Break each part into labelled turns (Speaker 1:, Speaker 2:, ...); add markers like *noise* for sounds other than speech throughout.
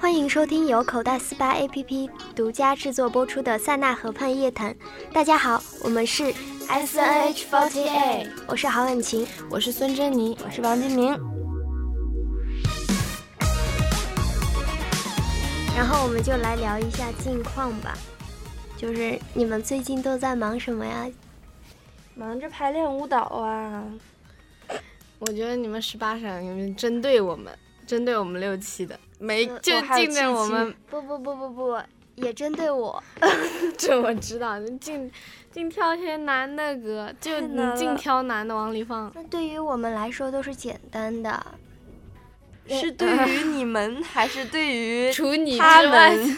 Speaker 1: 欢迎收听由口袋四八 APP 独家制作播出的《塞纳河畔夜谈》。大家好，我们是
Speaker 2: SNH48
Speaker 1: 我是郝婉晴。
Speaker 2: 我是孙珍妮，我是王金明。
Speaker 1: 然后我们就来聊一下近况吧，就是你们最近都在忙什么呀？
Speaker 2: 忙着排练舞蹈啊，
Speaker 3: 我觉得你们十八闪你们针对我们，针对我们六期的，没
Speaker 1: 呃
Speaker 3: 就
Speaker 2: 我还有
Speaker 3: 尽量
Speaker 2: 七
Speaker 3: 我
Speaker 2: 期
Speaker 3: 们，
Speaker 1: 不不不不不，也针对我。
Speaker 3: 这我知道，你尽尽挑些难的歌，就
Speaker 2: 太
Speaker 3: 你
Speaker 2: 难
Speaker 3: 尽
Speaker 2: 了
Speaker 3: 挑难的往里放。
Speaker 1: 那对于我们来说都是简单的，
Speaker 2: 是对 *laughs* 于你们还是对于
Speaker 3: 除你之
Speaker 2: 他
Speaker 3: 外，
Speaker 2: *laughs* 们？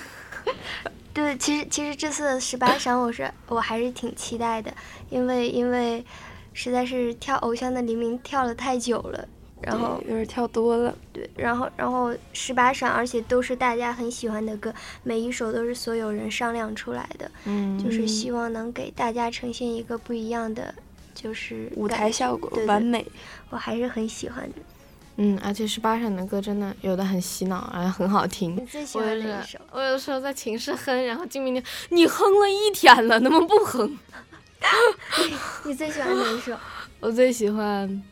Speaker 1: 对，其实其实这次的十八闪，我 *laughs* 是我还是挺期待的，因为因为实在是跳偶像的黎明跳了太久了，然后
Speaker 2: 有点跳多了，
Speaker 1: 对，然后然后十八闪，而且都是大家很喜欢的歌，每一首都是所有人商量出来的，
Speaker 3: 嗯
Speaker 1: 就是希望能给大家呈现一个不一样的就是
Speaker 2: 舞
Speaker 1: 感
Speaker 2: 台，效果
Speaker 1: 对对
Speaker 2: 完美。
Speaker 1: 我还是很喜欢的。
Speaker 3: 嗯，而且十八闪的歌真的有的很洗脑，而且很好听
Speaker 1: 你。最喜
Speaker 3: 我
Speaker 1: 欢
Speaker 3: 有
Speaker 1: 哪一
Speaker 3: 时
Speaker 1: 首
Speaker 3: 候？我有时候在寝室哼，然后金明就你哼了一天了，能不能不哼？
Speaker 1: *laughs* 你最喜欢哪一 *laughs* 首？
Speaker 3: 我最喜欢，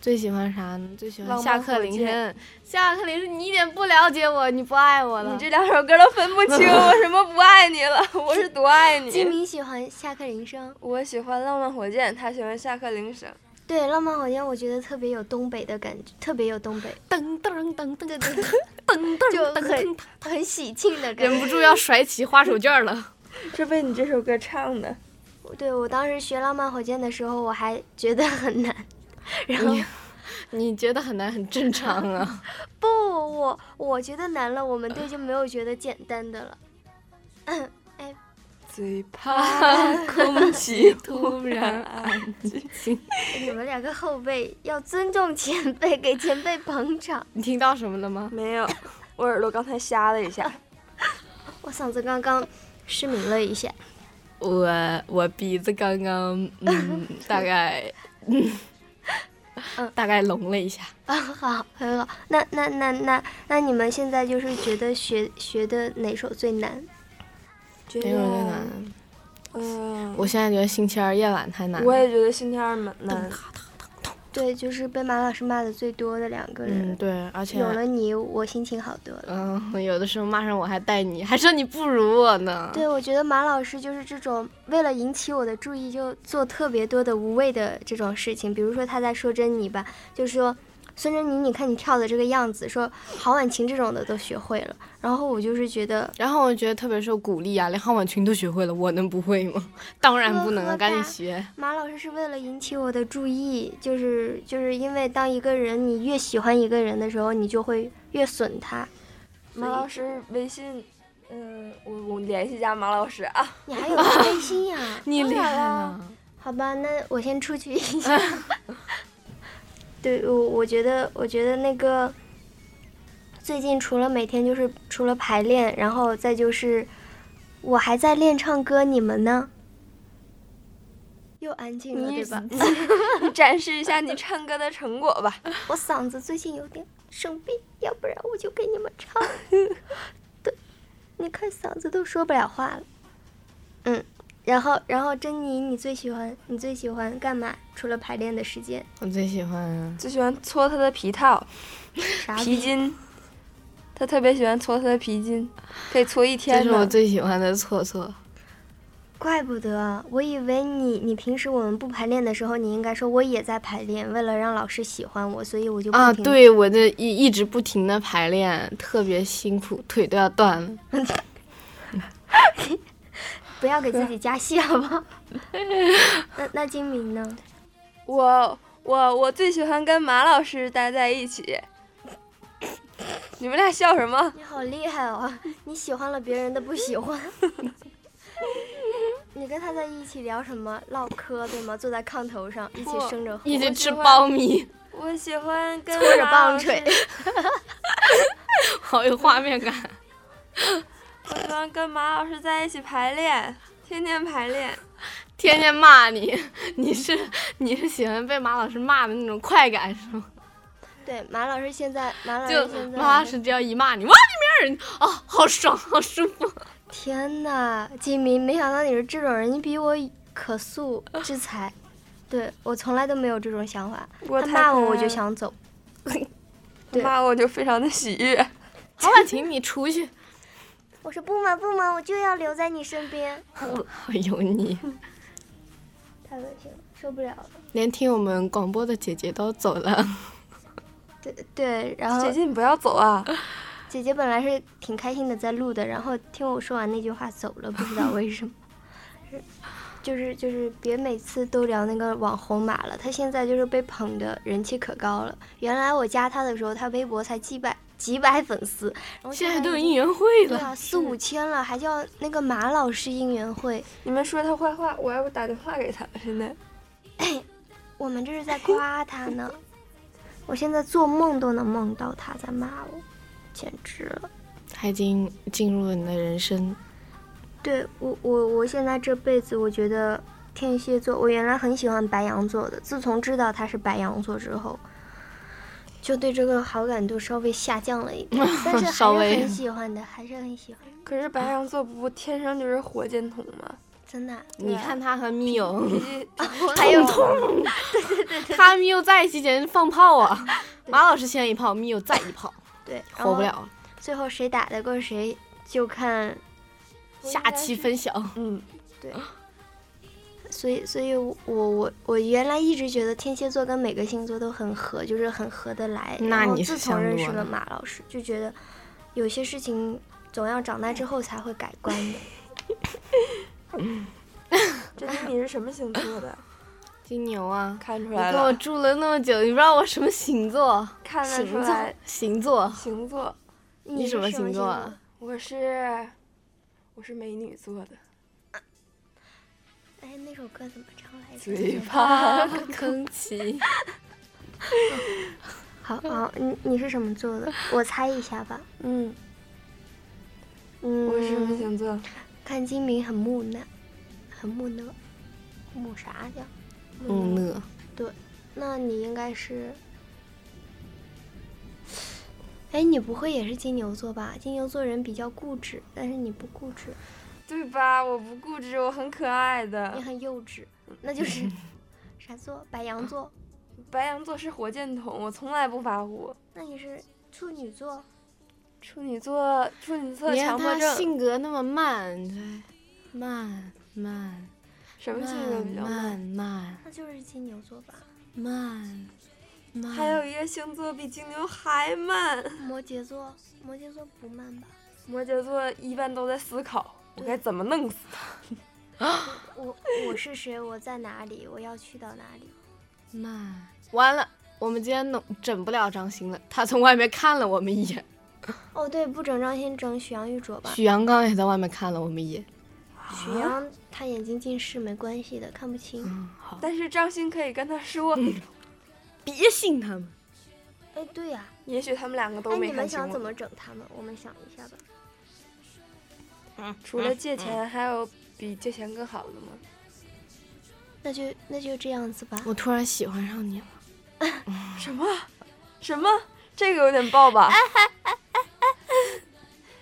Speaker 3: 最喜欢啥呢？最喜欢
Speaker 2: 浪
Speaker 3: 下
Speaker 2: 漫
Speaker 3: 课
Speaker 2: 火
Speaker 3: 铃
Speaker 2: 箭
Speaker 3: 声。下课铃声，你一点不了解我，你不爱我了。
Speaker 2: 你这两首歌都分不清，我什么不爱你了，我是多爱
Speaker 1: 金
Speaker 2: 你。
Speaker 1: 明喜欢下课铃声。
Speaker 2: 我喜欢浪漫火箭，他喜欢下课铃 *laughs* 声。
Speaker 1: 对，浪漫火箭我觉得特别有东北的感觉，特别有东北，
Speaker 3: 噔噔噔噔噔 *laughs* 噔
Speaker 1: 就
Speaker 3: 噔
Speaker 1: 很
Speaker 3: 噔，
Speaker 1: 很喜庆的感
Speaker 3: 忍
Speaker 1: 觉。
Speaker 3: 不住要甩起花手绢儿了。
Speaker 2: 这被你这首歌唱的，
Speaker 1: 对我当时学浪漫火箭的时候，我还觉得很难， *laughs* 然后
Speaker 3: 你觉得很难，很正常 *laughs* 啊。
Speaker 1: 不，我我觉得难了，我们队就没有觉得简单的了。
Speaker 2: 最 *laughs* 怕
Speaker 3: *laughs*
Speaker 2: 空气突然安静。
Speaker 1: 你们两个后辈要尊重前辈，给前辈捧场。
Speaker 3: 你听到什么了吗？
Speaker 2: 没有，我耳朵刚才瞎了一 *laughs* 下。
Speaker 1: 我嗓子刚刚失明了一下，
Speaker 3: 我我鼻子刚刚 *laughs* 嗯，大概嗯， *laughs* 大概聋了一下。
Speaker 1: 啊，好，很好。那那那那那你们现在就是觉得学学的哪首最难？
Speaker 2: 觉
Speaker 3: 哎没有最难，
Speaker 2: 嗯，
Speaker 3: 我现在觉得星期二夜晚太难。
Speaker 2: 我也觉得星期二蛮难。
Speaker 1: 对，就是被马老师骂的最多的两个人。
Speaker 3: 嗯，对，而且
Speaker 1: 有了你，我心情好多了。
Speaker 3: 嗯，有的时候骂上我还带你，还说你不如我呢。
Speaker 1: 对，我觉得马老师就是这种为了引起我的注意，就做特别多的无谓的这种事情。比如说他在说珍妮吧，就说孙珍妮，你看你跳的这个样子，说郝婉晴这种的都学会了。然后我就是觉得，
Speaker 3: 然后我觉得特别受鼓励啊，连郝婉群都学会了，我能不会吗？当然不能
Speaker 1: 呵呵
Speaker 3: 啊，赶紧
Speaker 1: 哒
Speaker 3: 学。
Speaker 1: 马老师是为了引起我的注意，就是就是因为当一个人你越喜欢一个人的时候，你就会越损他。
Speaker 2: 马老师微信，嗯，我我联系一下马老师啊。
Speaker 1: 你还有个内心啊呀？
Speaker 3: 你厉害
Speaker 2: 了
Speaker 3: 了，
Speaker 1: 好吧，那我先出去一下。对，我我觉得，我觉得那个最近除了每天就是除了排练，然后再就是我还在练唱歌，你们呢？又安静了，对吧？
Speaker 2: *laughs* 你展示一下 *laughs* 你唱歌的成果吧。
Speaker 1: 我嗓子最近有点生病，要不然我就给你们唱。对，你看嗓子都说不了话了。嗯，然后然后珍妮，你最喜欢你最喜欢干嘛？除了排练的时间，
Speaker 3: 我最喜欢啊
Speaker 2: 最喜欢搓他的皮套、
Speaker 1: 啥
Speaker 2: 皮筋，他特别喜欢搓他的皮筋，可以搓
Speaker 3: 这
Speaker 2: 一天
Speaker 3: 是我
Speaker 2: 呢。
Speaker 3: 最喜欢的错错。
Speaker 1: 怪不得，我以为你你平时我们不排练的时候，你应该说我也在排练，为了让老师喜欢我，所以我就不
Speaker 3: 啊，
Speaker 1: 停
Speaker 3: 对，我这一一直不停的排练，特别辛苦，腿都要断了。
Speaker 1: 不要给自己加戏，好不好？那那金明呢？
Speaker 2: 我我我最喜欢跟马老师待在一起。你们俩笑什么？
Speaker 1: 你好厉害哦！你喜欢了别人的不喜欢。 *laughs* 你跟他在一起聊什么？唠嗑对吗？坐在炕头上一起
Speaker 2: 不
Speaker 1: 生着火。
Speaker 3: 一
Speaker 2: 我
Speaker 3: 直
Speaker 2: 喜
Speaker 3: 吃
Speaker 2: 欢
Speaker 3: 苞米，
Speaker 2: 我喜欢跟
Speaker 1: 搓着
Speaker 2: 马
Speaker 1: 棒
Speaker 2: 老师
Speaker 1: 槌，
Speaker 3: 好有画面感。
Speaker 2: 我喜欢跟马老师在一起排练，天天排练。
Speaker 3: 天天 *laughs* 骂你，你是你是喜欢被马老师骂的那种快感是吗？
Speaker 1: 对，马老师现在，马老
Speaker 3: 就
Speaker 1: 师哎现在，
Speaker 3: 妈妈是这样一骂你，哇，你没有人啊，好爽，好舒服。
Speaker 1: 天呐，金明，没想到你是这种人，你比我可塑
Speaker 2: 啊
Speaker 1: 之才。对我从来都没有这种想法，
Speaker 2: 我
Speaker 1: 他
Speaker 2: 太
Speaker 1: 骂
Speaker 2: 可
Speaker 1: 我我
Speaker 2: 爱
Speaker 1: 就
Speaker 2: 了
Speaker 1: 想走。对
Speaker 2: 骂我就非常的喜悦。
Speaker 3: 郝婉婷，你出去，
Speaker 1: 我说不嘛不嘛，我就要留在你身边。
Speaker 3: 我有哎你。
Speaker 1: 太恶心了，受不了了。
Speaker 3: 连听我们广播的姐姐都走了，
Speaker 1: 对对，然后
Speaker 2: 姐姐，你不要走啊！
Speaker 1: 姐姐本来是挺开心的在录的，然后听我说完那句话走了，不知道为 *laughs* 什么。就是就是别每次都聊那个网红马了，他现在就是被捧的人气可高了。原来我加他的时候，他微博才几百几百粉丝，然后
Speaker 3: 现在
Speaker 1: 在
Speaker 3: 都有
Speaker 1: 已
Speaker 3: 应
Speaker 1: 经
Speaker 3: 援会
Speaker 1: 哦对
Speaker 3: 了。
Speaker 1: 啊，四五千了，还叫那个马老师应援会，
Speaker 2: 你们说他坏话，我要不打电话给他。现在
Speaker 1: 我们这是在夸他呢。我现在做梦都能梦到他在骂我，简直了。
Speaker 3: 他已经进入了你的人生，
Speaker 1: 对我，我我现在这辈子，我觉得天蝎座，我原来很喜欢白羊座的，自从知道他是白羊座之后，就对这个好感度稍微下降了一
Speaker 3: *laughs*
Speaker 1: 点，但是还是
Speaker 3: 稍微
Speaker 1: 很喜欢的，还是很喜欢，
Speaker 2: 可是
Speaker 3: 啊
Speaker 2: 白羊座不天生就是火箭筒
Speaker 3: *laughs*
Speaker 2: 吗？
Speaker 1: 真的。
Speaker 3: 你看他和哦密友，
Speaker 2: 脾气
Speaker 1: 还有
Speaker 3: 他和密友在一起简直放炮啊！马老师先一炮，密友再一炮，
Speaker 1: 对，然
Speaker 3: 火不
Speaker 1: 后
Speaker 3: 了了。
Speaker 1: 最后谁打得过谁，就看，
Speaker 3: 下期分享。
Speaker 2: 嗯，
Speaker 1: 所以，所以我我我原来一直觉得天蝎座跟每个星座都很合，就是很合得来。
Speaker 3: 那
Speaker 1: 然后
Speaker 3: 你是
Speaker 1: 自从
Speaker 3: 想
Speaker 1: 认识
Speaker 3: 多
Speaker 1: 了
Speaker 3: 了
Speaker 1: 马老师，就觉得有些事情总要长大之后才会改观的。
Speaker 2: 这经你是什么星座的？
Speaker 3: 金牛啊，
Speaker 2: 看出
Speaker 3: 你
Speaker 2: 来
Speaker 3: 跟我
Speaker 2: 了，
Speaker 3: 住了那么久，你不知道我什么星座？
Speaker 2: 看得出
Speaker 3: 星座
Speaker 2: 来，。
Speaker 3: 星座。
Speaker 2: 星座，
Speaker 1: 你
Speaker 3: 你
Speaker 1: 是
Speaker 3: 什么
Speaker 1: 什么
Speaker 3: 星
Speaker 1: 座
Speaker 3: 座
Speaker 1: 啊
Speaker 3: 啊？
Speaker 2: 我是我是美女座的，
Speaker 1: 哎，那首歌怎么唱来着？
Speaker 2: 嘴巴。
Speaker 3: 坑奇。
Speaker 1: 好好，你你是什么座的？我猜一下吧。
Speaker 2: 嗯，
Speaker 1: 嗯，
Speaker 2: 我是什么星座？
Speaker 3: 嗯
Speaker 1: 看金明很木讷，很木讷，木啥呀？
Speaker 3: 嗯呢，
Speaker 1: 那你应该是，哎，你不会也是金牛座吧？金牛座人比较固执，但是你不固执，
Speaker 2: 对吧？我不固执，我很可爱的
Speaker 1: 你。很幼稚，那就是
Speaker 2: *laughs*
Speaker 1: 啥座？白羊座？
Speaker 2: 白羊座是火箭筒，我从来不发火。
Speaker 1: 那你是处女座？
Speaker 2: 处女座，处女座
Speaker 3: 你
Speaker 2: 强
Speaker 3: 看
Speaker 2: 迫
Speaker 3: 他
Speaker 2: 症，
Speaker 3: 性格那么慢，对，慢慢
Speaker 2: 什么性格
Speaker 3: 慢
Speaker 2: 比较慢？
Speaker 3: 慢慢
Speaker 1: 那就是金牛座吧？
Speaker 3: 慢慢，
Speaker 2: 还有一个星座比金牛还慢，
Speaker 1: 摩羯座？摩羯座不慢吧？
Speaker 2: 摩羯座一般都在思考我该怎么弄死他。
Speaker 1: 我我是谁？我在哪里？我要去到哪里？
Speaker 3: 慢，完了。我们今天弄整不了张欣了，他从外面看了我们一眼，
Speaker 1: 哦，对，不整张先整许阳玉卓吧。
Speaker 3: 许阳刚也在外面看了我们一眼。
Speaker 1: 许阳他眼睛近视没关系的，看不清。
Speaker 3: 嗯，好，
Speaker 2: 但是张欣可以跟他说，
Speaker 3: 嗯别信他们，
Speaker 1: 哎，对呀、
Speaker 2: 也许他们两个
Speaker 1: 哎，
Speaker 2: 都
Speaker 1: 你
Speaker 2: 没看
Speaker 1: 们
Speaker 2: 清
Speaker 1: 想
Speaker 2: 楚。
Speaker 1: 怎么整他们？我们想一下吧。
Speaker 2: 除
Speaker 3: 嗯
Speaker 2: 了借钱，还有比借钱更好的吗？嗯
Speaker 1: 那就那就这样子吧。
Speaker 3: 我突然喜欢上你了。嗯
Speaker 2: 什么？什么？这个有点爆
Speaker 3: 啊
Speaker 2: 吧？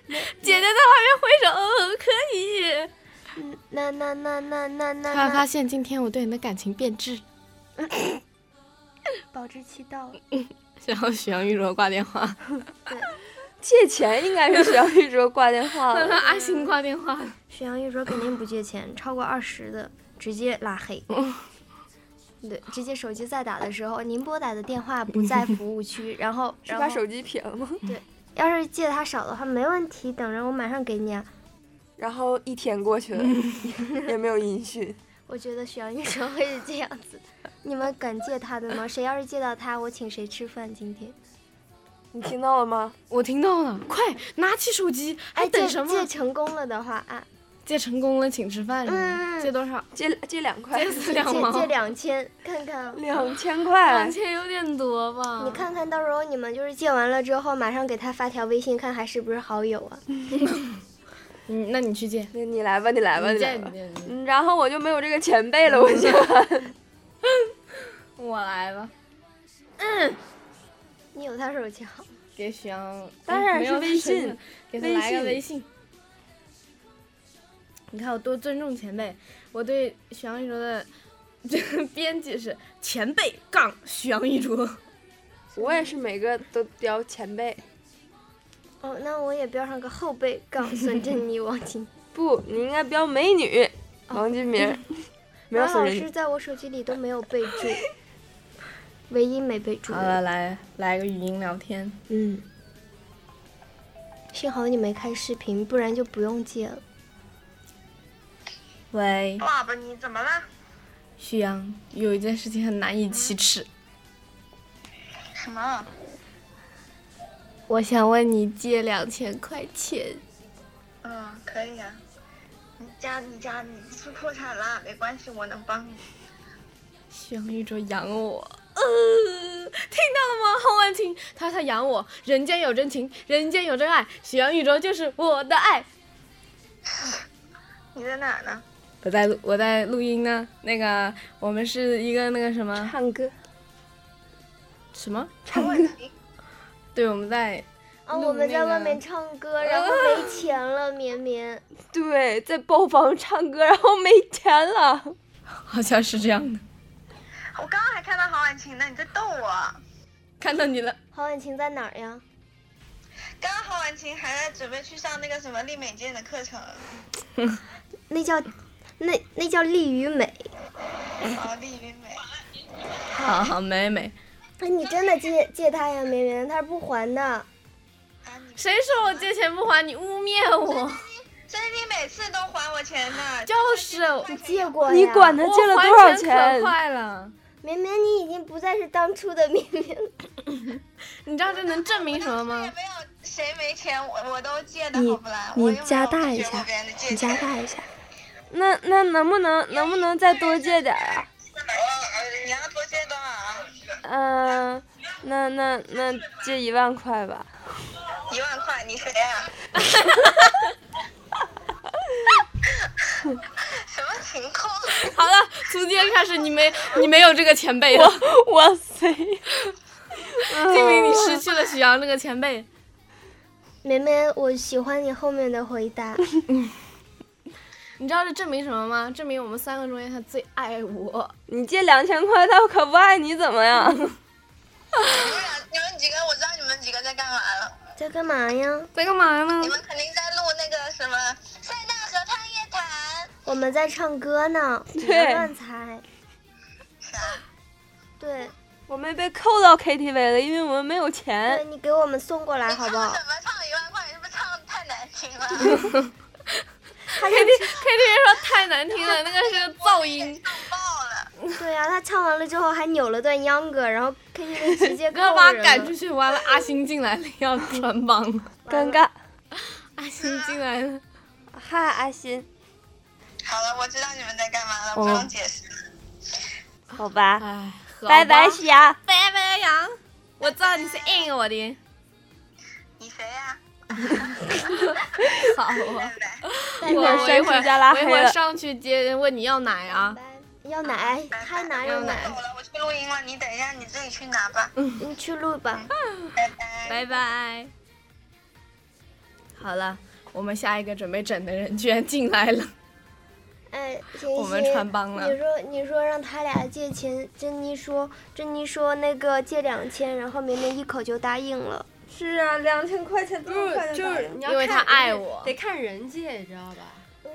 Speaker 3: 姐姐在外面挥手，嗯，可以。
Speaker 1: 嗯，那那那那那那
Speaker 3: 突然
Speaker 1: 那，
Speaker 3: 发现今天我对你的感情变质，
Speaker 1: 保质期到了。
Speaker 3: 然后许阳玉柔挂电话，
Speaker 2: 借钱应该是许阳玉卓挂电话
Speaker 3: 让 *laughs*
Speaker 2: 了。
Speaker 3: *laughs* 阿星挂电话，
Speaker 1: 许阳玉卓肯定不借钱，超过二十的直接拉黑。
Speaker 2: 嗯
Speaker 1: 对，直接手机再打的时候，您拨打的电话不在服务区，然后
Speaker 2: *laughs* 是
Speaker 1: 然
Speaker 2: 把
Speaker 1: 后
Speaker 2: 手机撇了吗？
Speaker 1: 要是借他少的话没问题，等着我马上给你啊。
Speaker 2: 然后一天过去了，
Speaker 3: 嗯
Speaker 2: 也没有音讯。
Speaker 1: 我觉得许阳玉卓会是这样子的，你们敢借他的
Speaker 3: *laughs*
Speaker 1: 吗？谁要是借到他，我请谁吃饭今天？
Speaker 2: 你听到了吗？
Speaker 3: 我听到了，快拿起手机，还
Speaker 1: 哎，
Speaker 3: 等
Speaker 1: 借
Speaker 3: 什
Speaker 1: 借
Speaker 3: 么？
Speaker 1: 成功了的话啊，
Speaker 3: 借成功了请吃饭什么
Speaker 1: 嗯
Speaker 3: 的，借多少？
Speaker 2: 借借两块，
Speaker 3: 借四 *laughs* 两
Speaker 1: 借
Speaker 3: 毛
Speaker 1: 借，两千，看看。
Speaker 2: 两千块
Speaker 3: 两。千有点多吧？
Speaker 1: 你，看看到时候你们就是借完了之后，马上给他发条微信，看还是不是好友
Speaker 3: *laughs*
Speaker 1: 啊？
Speaker 3: 嗯，那你去借，
Speaker 2: 那你来吧，你来吧，
Speaker 3: 你
Speaker 2: 来
Speaker 3: 借
Speaker 2: 吧
Speaker 3: 你。嗯借，你
Speaker 2: 嗯然后我就没有这个前辈了，我就。
Speaker 3: 借我来吧。
Speaker 1: 你有他手机号？
Speaker 3: 给许阳，
Speaker 2: 当然是微信
Speaker 3: 没有身份，给他
Speaker 2: 微
Speaker 3: 来个
Speaker 2: 信
Speaker 3: 微信。你看我多尊重前辈，我对许阳一卓的编辑是前辈杠许阳一卓。
Speaker 2: 我也是每个都标前 *laughs* 辈。
Speaker 1: 哦，那我也标上个后背杠孙珍
Speaker 3: *laughs*
Speaker 1: 妮、王晶。
Speaker 2: 不，你应该标美女王金 *laughs* 明，没有
Speaker 1: 马
Speaker 2: 损
Speaker 1: 老
Speaker 2: 人
Speaker 1: 师。在我手机里都没有备注，唯一没备注。
Speaker 3: 好啊了，来来个语音聊天。
Speaker 2: 嗯，
Speaker 1: 幸好你没开视频，不然就不用接了。
Speaker 3: 喂，
Speaker 4: 爸爸，你怎么了？
Speaker 3: 许阳，有一件事情很难以启齿，
Speaker 4: 什么？
Speaker 3: 我想问你借两千块钱。
Speaker 4: 嗯，可以啊。你家你家你是破产了，没关系，我能帮你。
Speaker 3: 许阳一卓养我，呃，听到了吗？后万听，他他养我，人间有真情，人间有真爱，许阳一卓就是我的爱。
Speaker 4: 你在哪儿
Speaker 1: *laughs*
Speaker 4: 呢？
Speaker 3: 我在录，我在录音呢。那个，我们是一个那个什么
Speaker 2: 唱歌，
Speaker 3: 什么？
Speaker 4: 陈伟霆，
Speaker 3: 对，我们在
Speaker 1: 啊，
Speaker 3: 录
Speaker 1: 我们在
Speaker 3: 那个
Speaker 1: 外面唱歌，然后没钱了，绵绵。
Speaker 2: 对，在包房唱歌，然后没钱了。
Speaker 3: 好像是这样的。
Speaker 4: 我刚刚还看到郝婉晴呢，你在逗我。
Speaker 3: 看到你了，
Speaker 1: 郝婉晴在哪儿呀？
Speaker 4: 刚刚郝婉晴还在准备去上那个什么丽美健的课程，
Speaker 1: 那叫，那那叫丽与美。
Speaker 4: 哦，丽云美。
Speaker 3: 好好美美。
Speaker 1: 哎，你真的借借他呀，绵绵，他是不还的。
Speaker 4: 啊，你
Speaker 3: 谁说我借钱不还？你污蔑我！
Speaker 4: 所以你每次都还我钱呢？
Speaker 3: 就是我
Speaker 1: 你借过呀？
Speaker 2: 你管他借了多少
Speaker 3: 还钱可快了。
Speaker 1: 绵绵，你已经不再是当初的绵绵了。
Speaker 3: 你知道这能证明什么
Speaker 4: 我当
Speaker 3: 吗
Speaker 4: 时也？没有谁没钱，我我都借的，
Speaker 1: 你
Speaker 4: 好不啦？
Speaker 1: 你
Speaker 4: 我又没有
Speaker 1: 加大一
Speaker 4: 拒绝
Speaker 1: 下
Speaker 4: 过别人的借
Speaker 1: 你加
Speaker 4: 钱
Speaker 1: 大一下。
Speaker 2: *laughs* 那那能不能能不能再多借点 *laughs* 儿啊？
Speaker 4: 我哦你要多借多少
Speaker 2: 嗯、
Speaker 4: 啊？
Speaker 2: 那那那借一万块吧。
Speaker 4: 一万块，你谁
Speaker 1: *laughs*
Speaker 4: 呀、什么情况？
Speaker 3: 好了，从今天开始，你没你没有这个前辈了，
Speaker 2: *laughs*
Speaker 3: *laughs*
Speaker 2: 哇 *laughs* 塞！
Speaker 3: 证明你失去了许阳这个前辈。
Speaker 1: 绵绵，我喜欢你后面的回 *laughs* 答。
Speaker 3: 你知道这证明什么吗？证明我们三个中间他最爱我。
Speaker 2: 你借两千块，他可不爱你怎么样？ *laughs*
Speaker 4: 你们俩，你们几个，我知道你们几个在干嘛了。
Speaker 1: 在干嘛呀？
Speaker 3: 在干嘛
Speaker 4: 你
Speaker 3: 呢？
Speaker 4: 们肯定在录那个什么塞纳河畔夜谈。
Speaker 1: 我们在唱歌呢，别
Speaker 2: 对
Speaker 1: 乱猜。对，
Speaker 2: 我们被扣到 KTV 了，因为我们没有
Speaker 1: 对
Speaker 2: 钱。
Speaker 1: 你给我们送过来
Speaker 4: 你
Speaker 1: 哎好
Speaker 4: 唱
Speaker 1: 不 *laughs* 好？
Speaker 4: 什么？唱一万块？你是不是唱的太难听
Speaker 1: *laughs*
Speaker 4: 了？
Speaker 1: 他就
Speaker 3: KT KTV 说太难听了，那个是噪音。
Speaker 4: 唱爆了！
Speaker 1: 对呀、他唱完了之后还扭了段秧歌，然后 KTV 直接
Speaker 3: 哥
Speaker 1: 扣
Speaker 3: 把
Speaker 1: 人
Speaker 3: 赶
Speaker 1: 了
Speaker 3: 出去，完了阿星进来了，要穿帮了。
Speaker 2: 尴尬。
Speaker 3: *laughs* 阿星进来了，
Speaker 2: 哈，阿欣，
Speaker 4: 好了，我知道你们在干嘛
Speaker 1: 哦
Speaker 4: 了，不用解释了。
Speaker 2: 好吧，
Speaker 3: 哎，好吧
Speaker 2: 拜拜，夕阳。
Speaker 3: 拜拜杨，我知道你是应我的。
Speaker 4: 你谁呀、
Speaker 3: 好啊，
Speaker 4: 拜
Speaker 1: 拜
Speaker 3: 一会
Speaker 1: 拜
Speaker 3: 儿我一
Speaker 2: 我
Speaker 3: 会
Speaker 2: 删除加拉
Speaker 3: 儿我
Speaker 2: 黑
Speaker 3: 一
Speaker 2: 了
Speaker 3: 会儿上去接问你要奶啊。
Speaker 1: 要奶，
Speaker 4: 拜
Speaker 1: 他哪有嗯
Speaker 3: 要
Speaker 4: 拜。
Speaker 1: 奶
Speaker 3: 奶？
Speaker 4: 走了，我去录音了，你等一下，你自己去拿吧。
Speaker 1: 你去录吧。
Speaker 3: 嗯
Speaker 4: 拜拜。
Speaker 3: 拜拜。好了，我们下一个准备整的人居然进来了，
Speaker 1: 哎，行
Speaker 3: 我们
Speaker 1: 行
Speaker 3: 穿帮了
Speaker 1: 你说你说让他俩借钱，珍妮说珍妮说那个借两千，然后绵绵一口就答应了。
Speaker 2: 是啊，两千块钱不
Speaker 3: 是就是你要因为看他爱我
Speaker 5: 得看人借，你知道吧？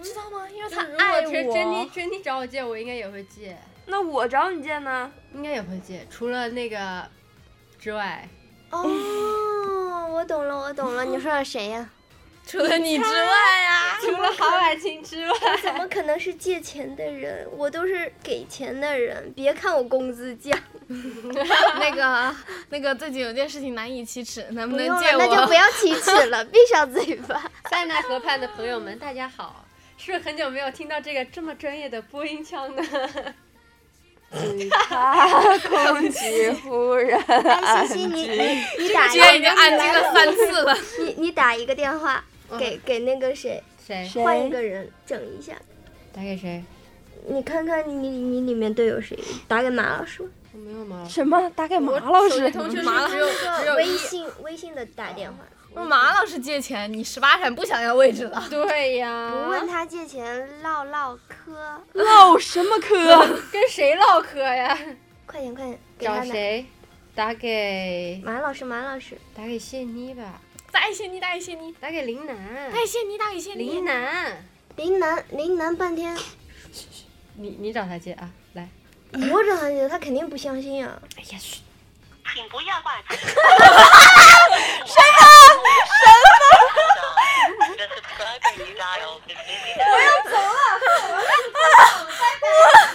Speaker 3: 知道吗？因为
Speaker 5: 就
Speaker 3: 他
Speaker 5: 是
Speaker 1: 嗯
Speaker 5: 如
Speaker 3: 爱
Speaker 5: 果是珍妮
Speaker 3: 我。
Speaker 5: 珍妮找我借，我应该也会借，
Speaker 2: 那我找你借 *laughs* 呢？
Speaker 5: 应该也会借，除了那个之外，
Speaker 1: 哦，我懂了，我懂了。你说的谁呀、
Speaker 3: 除了你之外啊，
Speaker 5: 除了郝婉晴之外，
Speaker 1: 怎么可能是借钱的人？我都是给钱的人。别看我工资降，
Speaker 3: 那 *laughs* 个那个最近有件事情难以启齿，能
Speaker 1: 不
Speaker 3: 不能
Speaker 1: 用了
Speaker 3: 借，我？
Speaker 1: 那就不
Speaker 3: *laughs*
Speaker 1: 要启齿了，闭上嘴吧。
Speaker 5: 塞纳河畔的朋友们，大家好。是不是很久没有听到这个这么专业的播音腔呢？
Speaker 2: 啊，空气忽然
Speaker 1: 哎，西西，
Speaker 3: *laughs*
Speaker 1: 你你你打一
Speaker 3: 今天已
Speaker 1: 个，
Speaker 3: 经安静了三次 *laughs* 了。
Speaker 1: 你你打一个电话给给那个谁，
Speaker 5: 嗯谁？
Speaker 1: 换一个人整一下。
Speaker 5: 打给谁？
Speaker 1: 你看看你你里面都有谁？打给马老师。
Speaker 5: 我没有吗？
Speaker 2: 什么？打给马老师？
Speaker 3: 同学
Speaker 1: 马老
Speaker 3: 是
Speaker 5: 啊
Speaker 3: 只
Speaker 1: 师
Speaker 3: 有只有
Speaker 1: 微微信微信的打电话，
Speaker 3: 我说马老师借钱，你十八闪不想要位置了。
Speaker 5: 对
Speaker 1: 不
Speaker 5: 呀，
Speaker 1: 问他借钱唠唠嗑，
Speaker 2: 唠哦什么嗑？
Speaker 5: 跟谁唠嗑呀？
Speaker 1: 快点快点，给他
Speaker 5: 找
Speaker 1: 拿？
Speaker 5: 谁？打给
Speaker 1: 马老师马老师，
Speaker 5: 打给谢妮吧，
Speaker 3: 打给谢妮，打给谢妮，
Speaker 5: 打给林楠
Speaker 3: 打，给谢妮，打给谢妮
Speaker 5: 林。楠，
Speaker 1: 林楠林楠半天
Speaker 5: 你你找他接啊，来，
Speaker 1: 磨着他去，他肯定不相信啊。
Speaker 5: 哎呀，嘘
Speaker 6: 请不要挂机。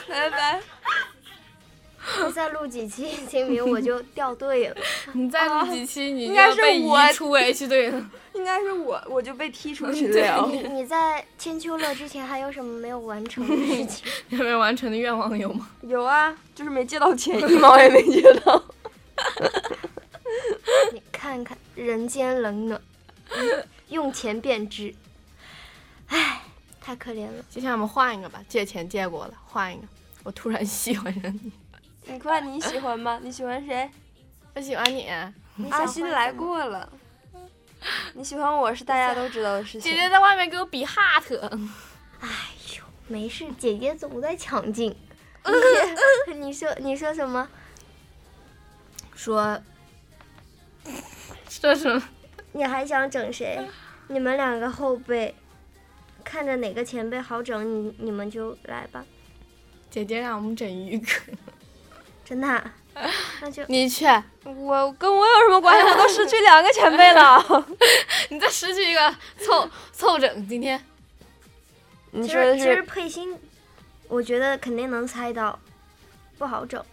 Speaker 2: 拜拜。
Speaker 1: 你再录几
Speaker 5: *laughs*
Speaker 1: 期清明我就掉队了。
Speaker 3: 你再录几期，你
Speaker 2: 应
Speaker 3: 就
Speaker 2: 该
Speaker 3: 要
Speaker 2: 是
Speaker 3: 被移
Speaker 2: 我
Speaker 3: 出 H 队了。
Speaker 2: *laughs*
Speaker 3: *laughs*
Speaker 2: 应该是我，我就被踢出群聊。
Speaker 1: 你你在千秋乐之前还有什么没有完成的事情？
Speaker 3: 你还没完成的愿望有吗？
Speaker 2: 有啊，就是没借到 *laughs* 钱，一毛也没借到。
Speaker 1: 你看看人间冷暖，用钱便知。唉，太可怜了。
Speaker 3: 接下来我们换一个吧，借钱借过了，换一个。我突然喜欢上你，
Speaker 2: 你快，你喜欢吗？你喜欢谁？
Speaker 3: 我喜欢你。啊
Speaker 1: 你
Speaker 2: 阿
Speaker 1: 想
Speaker 2: 新
Speaker 1: 换
Speaker 2: 来
Speaker 1: 什么，
Speaker 2: 过了。你喜欢我是大家都知道的事情
Speaker 3: 姐。姐在外面给我比哈特，
Speaker 1: 没事，姐姐总在抢镜。你说你说什么？
Speaker 3: 说说什么？
Speaker 1: 你还想整谁？你们两个后辈，看着哪个前辈好整，你你们就来吧。
Speaker 3: 姐姐让我们整鱼哥，
Speaker 1: 真的啊、那就
Speaker 3: 你去，
Speaker 2: 我跟我有什么关系？我都失去两个前辈 *laughs* 了。
Speaker 3: 你再失去一个凑凑整。今天
Speaker 2: 你
Speaker 1: 其
Speaker 2: 说的
Speaker 1: 实其实
Speaker 2: 是，
Speaker 1: 佩欣，我觉得肯定能猜到，不好整。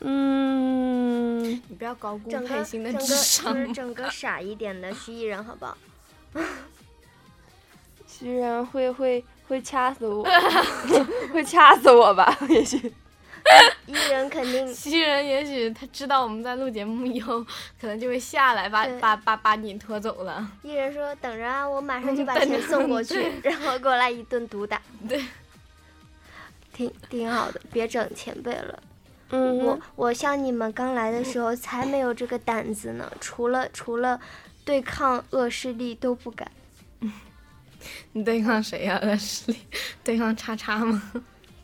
Speaker 2: 嗯，
Speaker 3: 你不要高估
Speaker 1: 整个
Speaker 3: 佩欣的
Speaker 1: 整个
Speaker 3: 智商
Speaker 1: 就是整个傻一点的徐艺人，好不好？
Speaker 2: 居然会会会掐死我，会掐死我吧？ *laughs* 也许
Speaker 1: 艺人肯定
Speaker 3: 西人也许他知道我们在录节目以后，可能就会下来把
Speaker 1: 对
Speaker 3: 把把把你拖走了。
Speaker 1: 艺人说等着啊，我马上就把
Speaker 3: 等
Speaker 1: 钱
Speaker 3: 着
Speaker 1: 送过去
Speaker 3: 对，
Speaker 1: 然后过来一顿毒打。
Speaker 3: 对，
Speaker 1: 挺挺好的，别整前辈了。
Speaker 2: 嗯
Speaker 1: 我我像你们刚来的时候才没有这个胆子呢，除了除了对抗恶势力都不敢。
Speaker 3: 你对抗谁呀、 *laughs* 恶势力？对抗叉叉吗？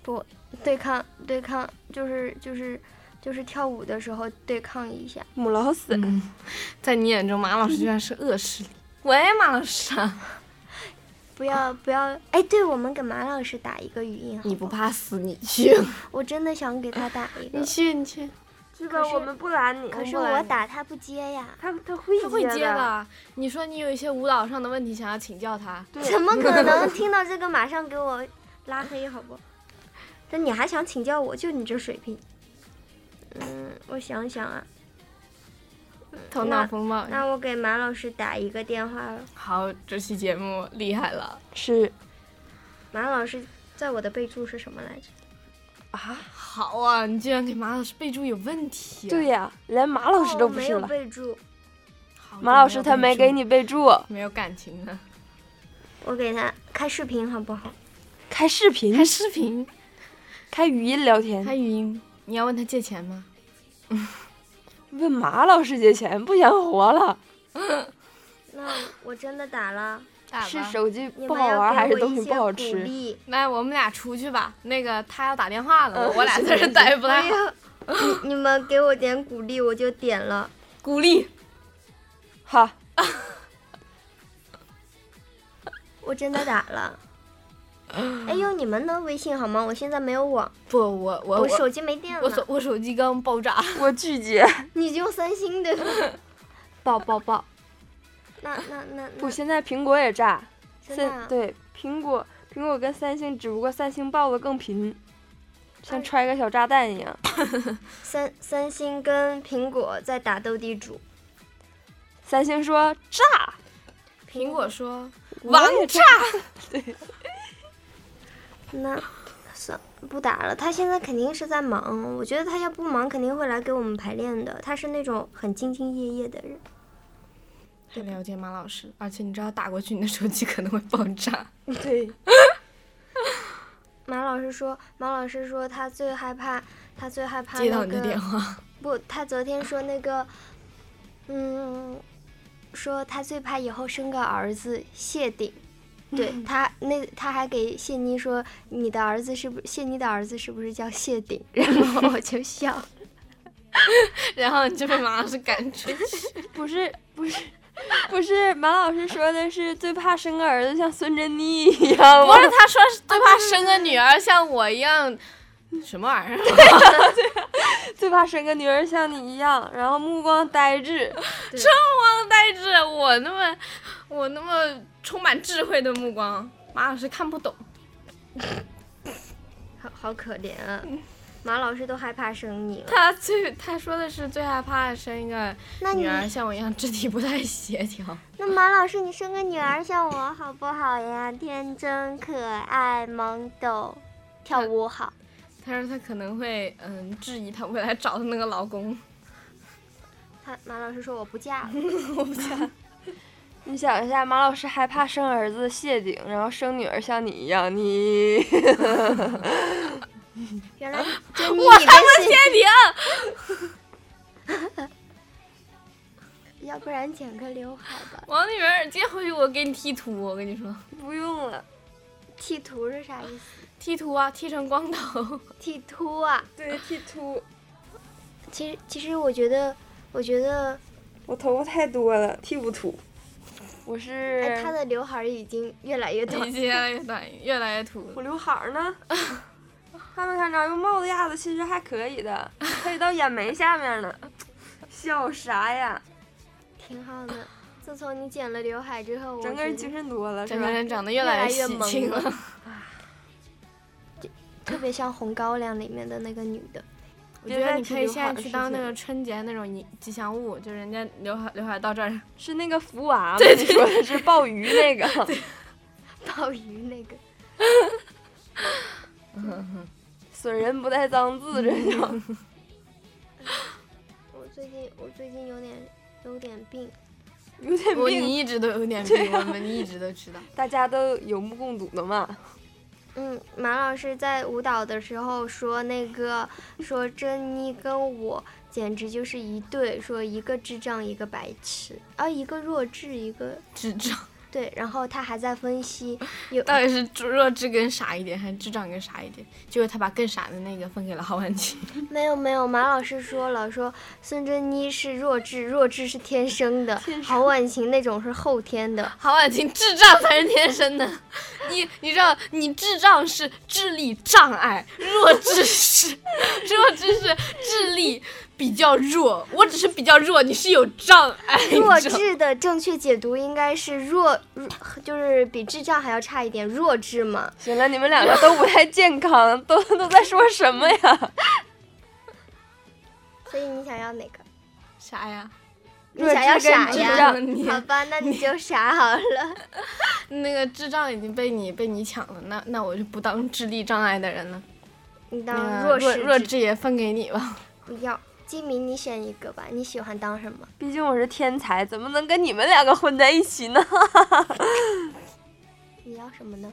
Speaker 1: 不对抗对抗就是就是就是跳舞的时候对抗一下，
Speaker 2: 母老死。
Speaker 3: 在你眼中，马老师居然是恶势力。喂，马老师啊，
Speaker 1: 不要不要哎，对我们给马老师打一个语音好
Speaker 3: 啊你不
Speaker 1: 好
Speaker 3: 怕死你去，
Speaker 1: 我真的想给他打一个
Speaker 3: 你，去你去，
Speaker 2: 这个我们不拦你，
Speaker 1: 可是
Speaker 2: 们不拦
Speaker 1: 我
Speaker 2: 你
Speaker 1: 打他不接呀，
Speaker 2: 他他会
Speaker 3: 他会接
Speaker 2: 的。
Speaker 3: 的。你说你有一些舞蹈上的问题想要请教他，
Speaker 2: 对
Speaker 1: 怎么可能？听到这个马上给我拉黑，好
Speaker 2: *laughs*
Speaker 1: 不？那你还想请教我？就你这水平。嗯，我想想啊，
Speaker 3: 头脑风
Speaker 2: 嗯
Speaker 3: 暴。
Speaker 1: 那我给马老师打一个电话了。
Speaker 3: 好，这期节目厉害了，
Speaker 2: 是
Speaker 1: 马老师在我的备注是什么来着？
Speaker 3: 好啊！你居然给马老师备注有问题、啊。
Speaker 2: 对，呀、连马老师都
Speaker 1: 哦
Speaker 2: 不
Speaker 1: 没
Speaker 2: 是
Speaker 1: 有
Speaker 2: 了。
Speaker 1: 备注，
Speaker 3: 啊
Speaker 2: 马老师他没给，你备注，
Speaker 3: 没有感情啊了。
Speaker 1: 我给他开视频好不好？
Speaker 2: 开视频
Speaker 3: 开视频，
Speaker 2: 开语音聊天，
Speaker 3: 开语音，你要问他借钱吗？
Speaker 2: 问马老师借钱，不想活了。
Speaker 1: 那我真的打
Speaker 2: *laughs*
Speaker 1: 了，
Speaker 3: 打
Speaker 2: 是
Speaker 3: 吧。
Speaker 2: 手机
Speaker 1: 你
Speaker 2: 不
Speaker 1: 们
Speaker 2: 好
Speaker 1: 要
Speaker 2: 玩，
Speaker 1: 给
Speaker 2: 还是
Speaker 1: 我
Speaker 2: 东
Speaker 1: 一
Speaker 2: 西
Speaker 1: 些
Speaker 2: 不好
Speaker 1: 鼓
Speaker 2: 吃？
Speaker 1: 励
Speaker 3: 来，我们俩出去吧。那个他要打电话了，我俩在这待不
Speaker 1: 哎
Speaker 3: 太好。
Speaker 1: 你们给我点鼓励，我就点了。
Speaker 3: 鼓励，
Speaker 2: 好，
Speaker 1: 我真的打
Speaker 2: *laughs*
Speaker 1: 了。哎呦，用你们的微信好吗？我现在没有网，
Speaker 3: 不，我我
Speaker 1: 我手机没电
Speaker 3: *laughs* 我手
Speaker 1: 了。
Speaker 3: 我手机刚爆炸。
Speaker 2: 我拒绝。
Speaker 1: 你就用三星对吧？
Speaker 3: *laughs*
Speaker 2: 抱抱抱！
Speaker 1: 那那那
Speaker 2: 不，
Speaker 1: 那
Speaker 2: 现在苹果也炸。
Speaker 1: 真的
Speaker 2: 现
Speaker 1: 啊
Speaker 2: 对苹果，苹果跟三星，只不过三星爆的更频，像
Speaker 1: 哎
Speaker 2: 揣个小炸弹一样。
Speaker 1: 三三星跟苹果在打斗地主，
Speaker 2: 三星说 *laughs* 炸，
Speaker 3: 苹果说，
Speaker 2: 王炸，
Speaker 1: 那算不打了。他现在肯定是在忙，我觉得他要不忙肯定会来给我们排练的。他是那种很兢兢业业的人。
Speaker 3: 很了解马老师，而且你知道打过去你的手机可能会爆炸。
Speaker 2: 对，
Speaker 1: 马老师说，马老师说他最害怕，他最害怕
Speaker 3: 接
Speaker 1: 那
Speaker 3: 到 *laughs* 你的
Speaker 1: 个
Speaker 3: 电话，
Speaker 1: 不，他昨天说那个嗯，说他最怕以后生个儿子谢顶。对他那他还给谢妮说你的儿子是不谢妮的儿子是不是叫谢顶？ *laughs* 然后我就笑，
Speaker 3: 然后你就被马老师赶出去。 *laughs*
Speaker 2: 不是不是不是，马老师说的是最怕生个儿子像孙珍妮一样 *laughs*
Speaker 3: 不
Speaker 2: 吗？
Speaker 3: 是，他说是最怕生个女儿像我一样，什么玩意 *laughs* 儿？
Speaker 2: 最怕生个女儿像你一样，然后目光呆滞。 *laughs*
Speaker 3: 光呆滞，我那么我那么充满智慧的目光，马老师看不懂。
Speaker 1: 好好可怜啊！马老师都害怕生你了，
Speaker 3: 他最他说的是最害怕生一个
Speaker 1: 那你
Speaker 3: 女儿像我一样肢体不太协调。
Speaker 1: 那马老师你生个女儿像我好不好呀？天真可爱懵懂，跳舞好。
Speaker 3: 他说他可能会嗯质疑他未来找的那个老公。
Speaker 1: 他马老师说我不嫁 *laughs* 了，
Speaker 2: 你想一下，马老师害怕生儿子谢顶，然后生女儿像你一样，你 *laughs*
Speaker 1: 原来珍 *laughs* 妮你跟谢
Speaker 3: 谢顶，
Speaker 1: 要不然剪个刘海吧。
Speaker 3: 王女儿接回去我给你剃秃，我跟你说，
Speaker 2: 不用了。
Speaker 1: 剃秃是啥意思？
Speaker 3: 剃秃啊，剃成光 *laughs* 头。
Speaker 1: 剃秃啊！
Speaker 2: 对，剃秃，
Speaker 1: 其实其实我觉得，我觉得
Speaker 2: 我头发太多了，剃不秃。我是、
Speaker 1: 哎，他的刘海儿已经越来越短
Speaker 3: 已。经越来越短，越来越秃。
Speaker 2: 我刘海儿呢？ *laughs* 看没看着？用帽子压的，其实还可以的，可以到眼眉下面呢。笑啥呀？
Speaker 1: 挺好 *laughs* 的。自从你剪了刘海之后，我
Speaker 2: 整个人
Speaker 1: 觉
Speaker 2: 精
Speaker 1: 得
Speaker 2: 神多了，是
Speaker 3: 整
Speaker 2: 吧
Speaker 3: 个？人长得越
Speaker 1: 来
Speaker 3: 越
Speaker 1: 越
Speaker 3: 喜
Speaker 1: 萌
Speaker 3: 庆
Speaker 1: 了
Speaker 3: 了。
Speaker 1: 特别像《红高粱》里面的那个女的。
Speaker 3: *laughs*
Speaker 1: *laughs*
Speaker 3: 我
Speaker 2: 别
Speaker 3: 觉得
Speaker 2: 再
Speaker 3: 你
Speaker 2: 提
Speaker 3: 可以
Speaker 2: 刘海
Speaker 3: 现
Speaker 2: 儿
Speaker 3: 在去
Speaker 2: 事
Speaker 3: 当
Speaker 2: 情
Speaker 3: 那
Speaker 2: 了
Speaker 3: 个春节那种一吉祥物，就人家刘海刘海到这 *laughs* 儿，
Speaker 2: 是那个福娃吗？对你说的是鲍鱼那个。
Speaker 1: 鲍鱼那个，
Speaker 2: *laughs* 损人不带脏字，这就。
Speaker 1: 我最近我最近有点有点病，
Speaker 2: *laughs* 有点
Speaker 3: 我
Speaker 2: 病，
Speaker 3: 你一直都有点病，我们一直都知 *laughs* 道。
Speaker 2: 大家都有目共睹的嘛。
Speaker 1: 嗯，马老师在舞蹈的时候说那个说珍妮跟我简直就是一对，说一个智障一个白痴，啊一个弱智一个
Speaker 3: 智障
Speaker 1: 对，然后他还在分析有
Speaker 3: 啊到底是猪弱智跟傻一点，还是智障跟傻一点？结果他把更傻的那个分给了郝婉晴。
Speaker 1: 没有没有，马老师说了说孙珍妮是弱智，弱智是天生
Speaker 3: *laughs*
Speaker 1: 的，郝婉晴那种是后天的，
Speaker 3: 郝婉晴啊智障才是天生的，你你知道，你智障是智力障碍，弱智是 *laughs* 弱智是智力比较弱，我只是比较弱，你是有障碍。你知道
Speaker 1: 弱
Speaker 3: 吗
Speaker 1: 智的正确解读应该是弱，弱就是比智障还要差一点，弱智嘛。
Speaker 2: 行了，你们两个都不太健康，都都在说什么呀？ *laughs*
Speaker 1: 所以你想要哪个？
Speaker 3: 啥呀？
Speaker 1: 你想要傻
Speaker 2: 哎
Speaker 3: 智
Speaker 1: 呀？
Speaker 3: 障你
Speaker 1: 好吧，那你就傻好了。
Speaker 3: 那个智障已经被你被你抢了，那那我就不当智力障碍的人了，
Speaker 1: 你
Speaker 3: 那
Speaker 1: 当
Speaker 3: 个
Speaker 1: 弱
Speaker 3: 啊弱
Speaker 1: 势
Speaker 3: 弱
Speaker 1: 之
Speaker 3: 智也分给你吧。
Speaker 1: 不要。金明，你选一个吧，你喜欢当什么？
Speaker 2: 毕竟我是天才，怎么能跟你们两个混在一起呢？ *laughs*
Speaker 1: 你要什么呢？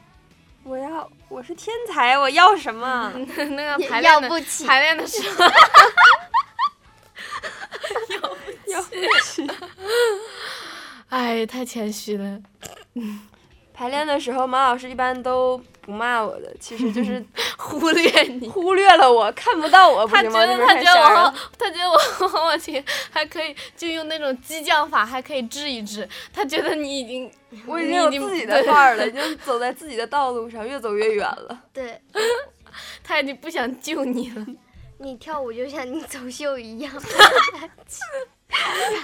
Speaker 2: 我要，我是天才，我要什么？啊
Speaker 3: *laughs* 那个排
Speaker 1: 要
Speaker 3: 练的
Speaker 1: 不起，
Speaker 3: 排练的时 *laughs* 候，
Speaker 2: 要
Speaker 3: *laughs* 哎，太谦虚了。
Speaker 2: 排练的时候，马老师一般都不骂我的，其实就是
Speaker 3: *laughs* 忽略你。
Speaker 2: 忽略了我，看不到我，
Speaker 3: *laughs*
Speaker 2: 不
Speaker 3: 他
Speaker 2: 行
Speaker 3: 觉
Speaker 2: 吗？
Speaker 3: 得
Speaker 2: 你们
Speaker 3: 他
Speaker 2: 太
Speaker 3: 觉得
Speaker 2: 吓人
Speaker 3: 我
Speaker 2: 了。，
Speaker 3: 他觉得我王婉晴还可以，就用那种激将法，还可以治一治。他觉得你已经，
Speaker 2: 我已
Speaker 3: 你
Speaker 2: 经有
Speaker 3: 已经
Speaker 2: 自己的
Speaker 3: 对
Speaker 2: 范儿了，已经走在自己的道路上，越走越远了。
Speaker 1: 对
Speaker 3: 他已经不想救你了，
Speaker 1: 你跳舞就像你走秀一
Speaker 3: *laughs*
Speaker 1: 样。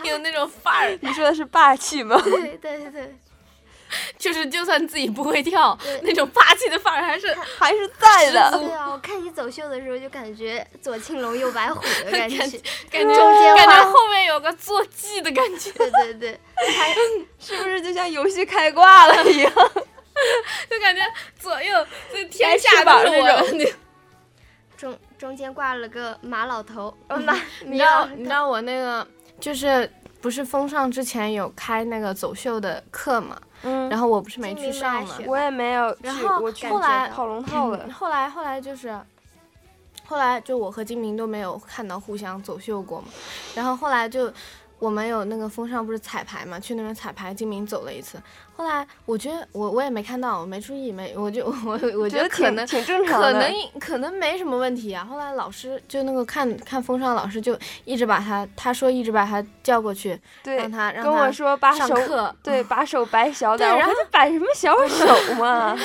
Speaker 3: 有那种范儿，
Speaker 2: 你说的是霸气吗？ *laughs*
Speaker 1: 对对对，
Speaker 3: 就是就算自己不会跳
Speaker 1: 对，
Speaker 3: 那种霸气的范儿还是
Speaker 2: 还是在的。
Speaker 1: 对啊，我看你走秀的时候就感觉左青龙右白虎的感
Speaker 3: 感
Speaker 1: 觉
Speaker 3: 觉。感觉
Speaker 1: 中间
Speaker 3: 感觉
Speaker 1: 换
Speaker 3: 后面有个坐骑的感觉，
Speaker 1: 对对对，
Speaker 2: *laughs* 是不是就像游戏开挂了一样？
Speaker 3: 就感觉左右这 *laughs* 天
Speaker 2: 来
Speaker 3: 下
Speaker 2: 翅膀
Speaker 3: 都是我
Speaker 2: 那
Speaker 3: 的
Speaker 2: 种。
Speaker 1: 中中间挂了个马老头，呃马
Speaker 3: 你
Speaker 1: 米
Speaker 3: 知道
Speaker 1: 老
Speaker 3: 你知道我那个就是不是风尚之前有开那个走秀的课嘛，
Speaker 2: *laughs* 嗯
Speaker 3: 然后我不是没
Speaker 1: 精
Speaker 3: 去
Speaker 1: 灵大
Speaker 3: 上嘛
Speaker 1: 学，
Speaker 2: 我也没有去，
Speaker 3: 然后
Speaker 2: 我去
Speaker 3: 后来
Speaker 2: 跑龙套了。
Speaker 3: 后来后来就是，后来就我和金明都没有看到互相走秀过嘛，然后后来就我们有那个风尚不是彩排嘛，去那边彩排，金明走了一次。后来我觉得我我也没看到，我没注意，没我就 *laughs* 我我觉
Speaker 2: 觉
Speaker 3: 得
Speaker 2: 得
Speaker 3: 可
Speaker 2: 挺
Speaker 3: 能
Speaker 2: 挺正常
Speaker 3: 可
Speaker 2: 的，
Speaker 3: 能可能没什么问题啊。后来老师就那个看看风尚老师就一直把他他说一直把他叫过去，
Speaker 2: 对
Speaker 3: 让他让
Speaker 2: 跟我
Speaker 3: 他
Speaker 2: 说把
Speaker 3: 上
Speaker 2: 手
Speaker 3: 课。 *laughs*
Speaker 2: 对把手摆小
Speaker 3: 对
Speaker 2: 点儿，
Speaker 3: 然
Speaker 2: 我说这摆什么小手
Speaker 3: *laughs*
Speaker 2: 嘛？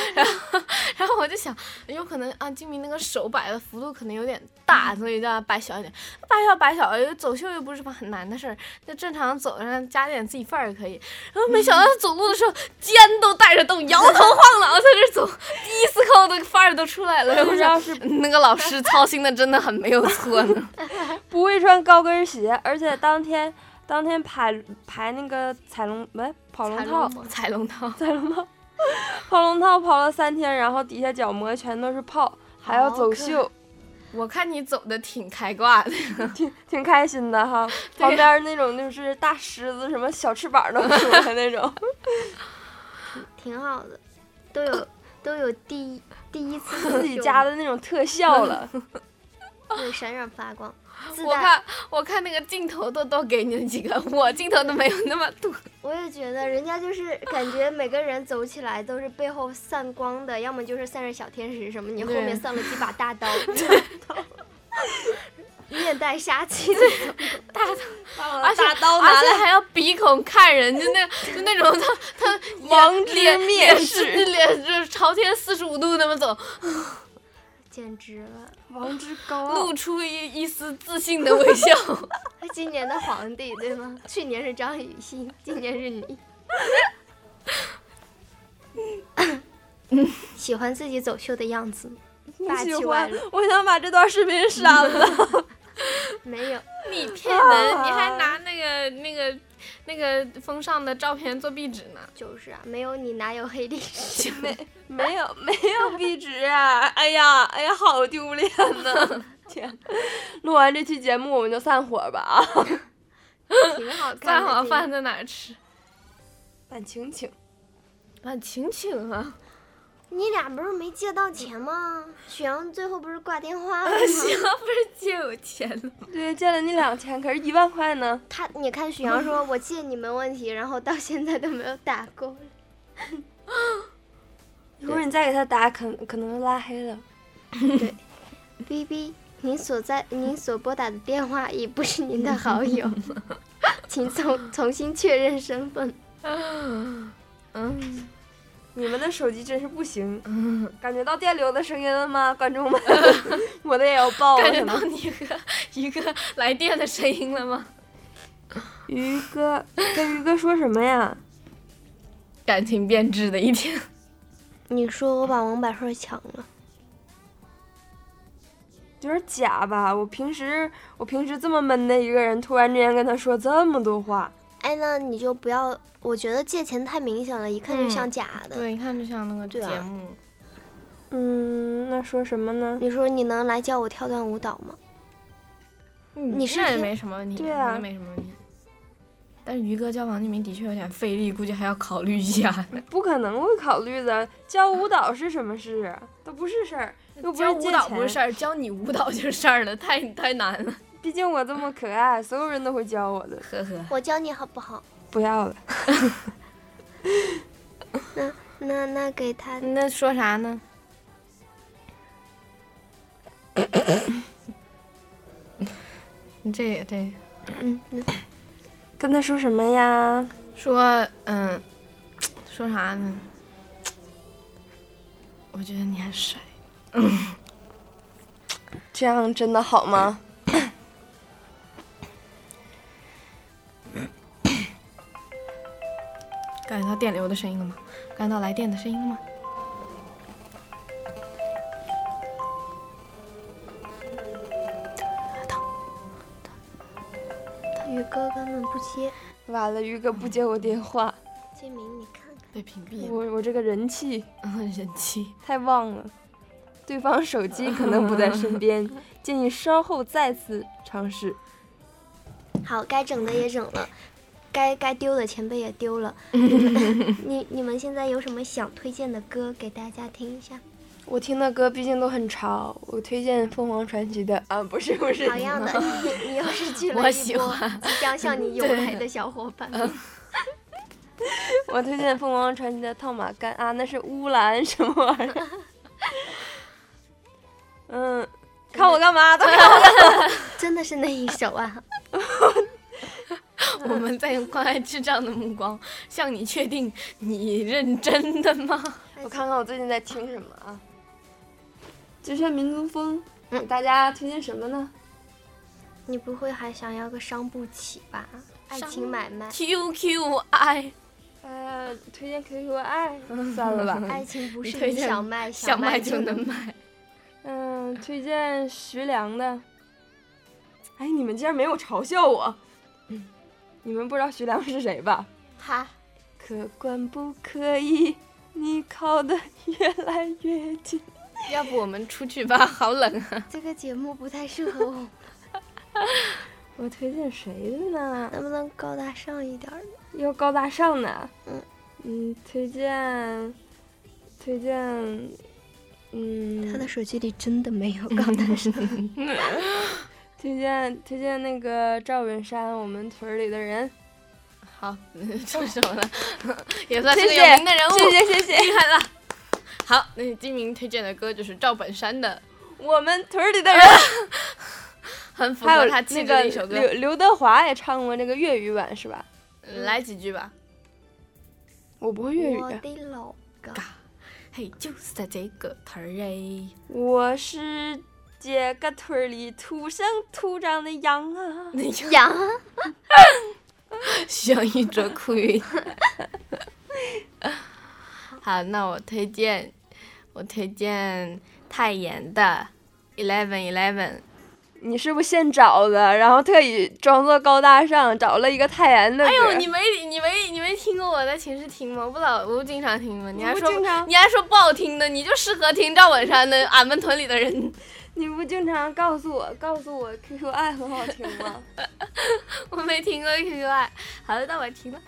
Speaker 3: 然后我就想，有可能啊，金明那个手摆的幅度可能有点大，所以叫他摆小一点。摆小摆小，呃走秀又不是什么很难的事儿，就正常走，然后加点自己范儿也可以。然后没想到他走路的时候肩都带着动，摇头晃脑在这走，迪斯科的范儿都出来了。然后我
Speaker 2: *laughs* 要
Speaker 3: 想，那个老师操心的真的很没有错呢。
Speaker 2: 不会穿高跟鞋，而且当天当天排排那个踩龙不、跑龙套，
Speaker 3: 踩龙套，
Speaker 2: 踩龙套， *laughs* 跑龙套跑了三天，然后底下脚膜全都是泡，还要
Speaker 3: 好
Speaker 2: 走
Speaker 3: 可
Speaker 2: 秀，
Speaker 3: *laughs* 我看你走的挺开挂的。
Speaker 2: 挺挺开心
Speaker 3: *laughs*
Speaker 2: 的哈。旁边那种就是大狮子，什么小翅膀都出来
Speaker 3: *laughs*
Speaker 2: 那种。
Speaker 1: 挺好的，都有都有第一第一
Speaker 2: *laughs*
Speaker 1: 次
Speaker 2: 自己家
Speaker 1: 的
Speaker 2: 的那种特效
Speaker 3: *laughs*
Speaker 2: 了。
Speaker 1: 对闪闪发光，自
Speaker 3: 我
Speaker 1: 带。
Speaker 3: 看我看那个镜头都都给你几个，我镜头都没有那么多。
Speaker 1: 我也觉得人家就是感觉每个人走起来都是背后散光的，要么就是散着小天使什么，你后
Speaker 3: 对
Speaker 1: 面散了几把大刀， *laughs* 面带杀气的
Speaker 3: 而且
Speaker 2: 刀
Speaker 3: 而且还要鼻孔看人，就那就那种他他
Speaker 2: 王之
Speaker 3: 脸
Speaker 2: 蔑
Speaker 3: 脸
Speaker 2: 视
Speaker 3: 是脸就是朝天四十五度那么走，
Speaker 1: 简直了！
Speaker 2: 王之高傲
Speaker 3: 露出一一丝自信的微笑。
Speaker 1: 今年的皇帝对吗？去年是张雨欣，今年是你。喜欢自己走秀的样子吗，霸
Speaker 2: 喜
Speaker 1: 气外
Speaker 2: 欢
Speaker 1: 露。，
Speaker 2: 我想把这段视频删
Speaker 3: *laughs*
Speaker 2: 了。
Speaker 1: 没有，
Speaker 3: 你骗人， *laughs* 你还拿那个那个那个风尚的照片做壁纸呢？
Speaker 1: 就是啊，没有你哪有黑历史？
Speaker 2: *laughs* 没有没有壁纸啊！哎呀哎呀，好丢脸呐！ *laughs* 天，录完这期节目我们就散伙吧啊！
Speaker 1: 挺好看的。
Speaker 3: 饭好
Speaker 1: 挺
Speaker 3: 饭在哪儿吃？
Speaker 2: 板晴晴，
Speaker 3: 啊，晴晴啊，
Speaker 1: 你俩不是没借到钱吗？许阳最后不是挂电话了
Speaker 2: *laughs*
Speaker 1: 吗？
Speaker 3: 他不是借我钱了吗？
Speaker 2: 对，借了你两千，可是一万块呢。
Speaker 1: 他，你看许阳说我借你没问题，然后到现在都没有打过。
Speaker 2: 一会儿你再给他打，可可能就拉黑了。
Speaker 1: B B，您所在您所拨打的电话已不是您的好友， *laughs* 请重重新确认身份。
Speaker 3: 嗯，
Speaker 2: 你们的手机真是不行， *laughs* 感觉到电流的声音了吗，观众
Speaker 3: *laughs*
Speaker 2: 们？我的也要爆了，
Speaker 3: 感觉
Speaker 2: 可能
Speaker 3: 到你和一个来电的声音了吗？
Speaker 2: 于哥跟于哥说什么呀？
Speaker 3: 感情变质的一天，
Speaker 1: 你说我把王百顺抢了，
Speaker 2: 有点假吧？我平时我平时这么闷的一个人，突然之间跟他说这么多话，
Speaker 1: 哎，那你就不要，我觉得借钱太明显了，一看就像假的。
Speaker 3: 对，你啊看就像那个节目。
Speaker 2: 嗯，那说什么呢？
Speaker 1: 你说你能来教我跳段舞蹈吗？
Speaker 3: 你
Speaker 1: 是
Speaker 3: 嗯那也
Speaker 1: 听
Speaker 3: 没什么问题，
Speaker 2: 对啊
Speaker 3: 那没什么问题。但是于哥教王敬明的确有点费力，估计还要考虑一下。
Speaker 2: 不可能会考虑的。教舞蹈是什么事啊？都不是事儿，又不
Speaker 3: 教
Speaker 2: 是
Speaker 3: 舞
Speaker 2: 借
Speaker 3: 蹈 *laughs* 不是事
Speaker 2: 钱。
Speaker 3: 儿，教你舞蹈就是事儿了，太太难了。
Speaker 2: 毕竟我这么可爱，所有人都会教我的。
Speaker 3: 呵呵，
Speaker 1: 我教你好不好？
Speaker 2: 不要了，
Speaker 1: 那那那给他
Speaker 3: 那说啥呢？你 *coughs* 这也对，
Speaker 1: 嗯
Speaker 2: 跟他说什么呀？
Speaker 3: 说嗯，说啥呢？我觉得你很帅。
Speaker 2: 这样真的好吗？
Speaker 3: 感觉到电流的声音了吗？感觉到来电的声音了吗？
Speaker 1: 宇哥根本不接。
Speaker 2: 完了，于哥不接我电话，
Speaker 1: 金明，你看看，
Speaker 3: 被屏蔽了，
Speaker 2: 我我这个人气
Speaker 3: 嗯，人
Speaker 2: *laughs*
Speaker 3: 气。
Speaker 2: 太旺了。对方手机可能不在身 *laughs* 边，建议稍后再次尝试。
Speaker 1: 好，该整的也整了，该该丢的前辈也 *laughs* 丢了。你们你你们现在有什么想推荐的歌给大家听一下？
Speaker 2: 我听的歌毕竟都很潮，我推荐凤凰传奇的啊，不是不是，
Speaker 1: 好样的，你你你要
Speaker 3: *laughs*
Speaker 1: 是去了
Speaker 3: 我
Speaker 1: 一
Speaker 3: 喜嗯
Speaker 1: 波即将向
Speaker 3: *laughs*
Speaker 1: 你涌来的小伙伴，
Speaker 2: *laughs* 我推荐凤凰传奇的《套马杆》啊，那是乌兰什么玩意 *laughs* 儿？嗯，看我干嘛？都看我干嘛？
Speaker 1: 真的是那一首啊！
Speaker 3: 我们在用关爱智障的目光向你确定你认真的吗？
Speaker 2: 我看看我最近在听什么啊？嗯极炫民族风，给大家推荐什么呢？
Speaker 1: 你不会还想要个伤不起吧？爱情买卖，
Speaker 3: QQI
Speaker 2: 呃，推荐 QQI，算了 *laughs* 吧。
Speaker 1: 爱情不是
Speaker 3: 推
Speaker 1: 你
Speaker 3: 荐
Speaker 1: 想卖
Speaker 3: 想卖
Speaker 1: 卖
Speaker 3: 就
Speaker 1: 能
Speaker 3: 能买，
Speaker 2: 嗯，推荐徐良的。哎，你们竟然没有嘲笑我！ *clears throat* 你们不知道徐良是谁吧？
Speaker 1: 他
Speaker 2: 可观不可以？你靠得越来越近。
Speaker 3: 要不我们出去吧，好冷啊！
Speaker 1: 这个节目不太适合
Speaker 3: *laughs*
Speaker 1: 我，
Speaker 2: 我推荐谁的呢？
Speaker 1: 能不能高大上一点儿呢？
Speaker 2: 要高大上呢。
Speaker 1: 嗯
Speaker 2: 嗯，推荐，推荐，
Speaker 1: 他
Speaker 2: 嗯，
Speaker 1: 的手机里真的没有高
Speaker 3: 嗯
Speaker 1: 大
Speaker 3: *laughs*
Speaker 1: 上，
Speaker 2: 推荐推荐那个赵本山，我们屯儿里的人。
Speaker 3: 好， *laughs* 出手了，也算是
Speaker 2: 谢
Speaker 3: 个
Speaker 2: 谢
Speaker 3: 有名的人物，
Speaker 2: 谢谢谢谢，
Speaker 3: 厉害了。好，那金明推荐的歌就是赵本山的，
Speaker 2: 我们屯儿里 *laughs* 的人。
Speaker 3: 很符
Speaker 2: 还有
Speaker 3: 合他气
Speaker 2: 那
Speaker 3: 质
Speaker 2: 个
Speaker 3: 的一首歌。
Speaker 2: 刘刘德华也唱过那个粤语版是吧？
Speaker 3: 来几句吧。
Speaker 2: 我不会粤
Speaker 3: 啊
Speaker 2: 语
Speaker 1: 我
Speaker 2: 的。
Speaker 1: 的老哥，
Speaker 3: 嘿，就是在这个屯儿哎。
Speaker 2: 我是这个屯儿里土生土长的羊啊！
Speaker 1: 羊
Speaker 3: 像一只龟。 *laughs* 好，那我推荐，我推荐泰妍的 Eleven Eleven。
Speaker 2: 你是不是现找的？然后特意装作高大上，找了一个泰妍的歌。哎
Speaker 3: 哎呦，你没你没你没听过我在寝室听吗？我不老我经常听吗？你还
Speaker 2: 不
Speaker 3: 说
Speaker 2: 经常
Speaker 3: 你还说不好听的，你就适合听赵本山的《俺们屯里的人》。
Speaker 2: 你不经常告诉我告诉我 QQ 爱很好听吗？
Speaker 3: 我没听过 QQI。好的，那我听了。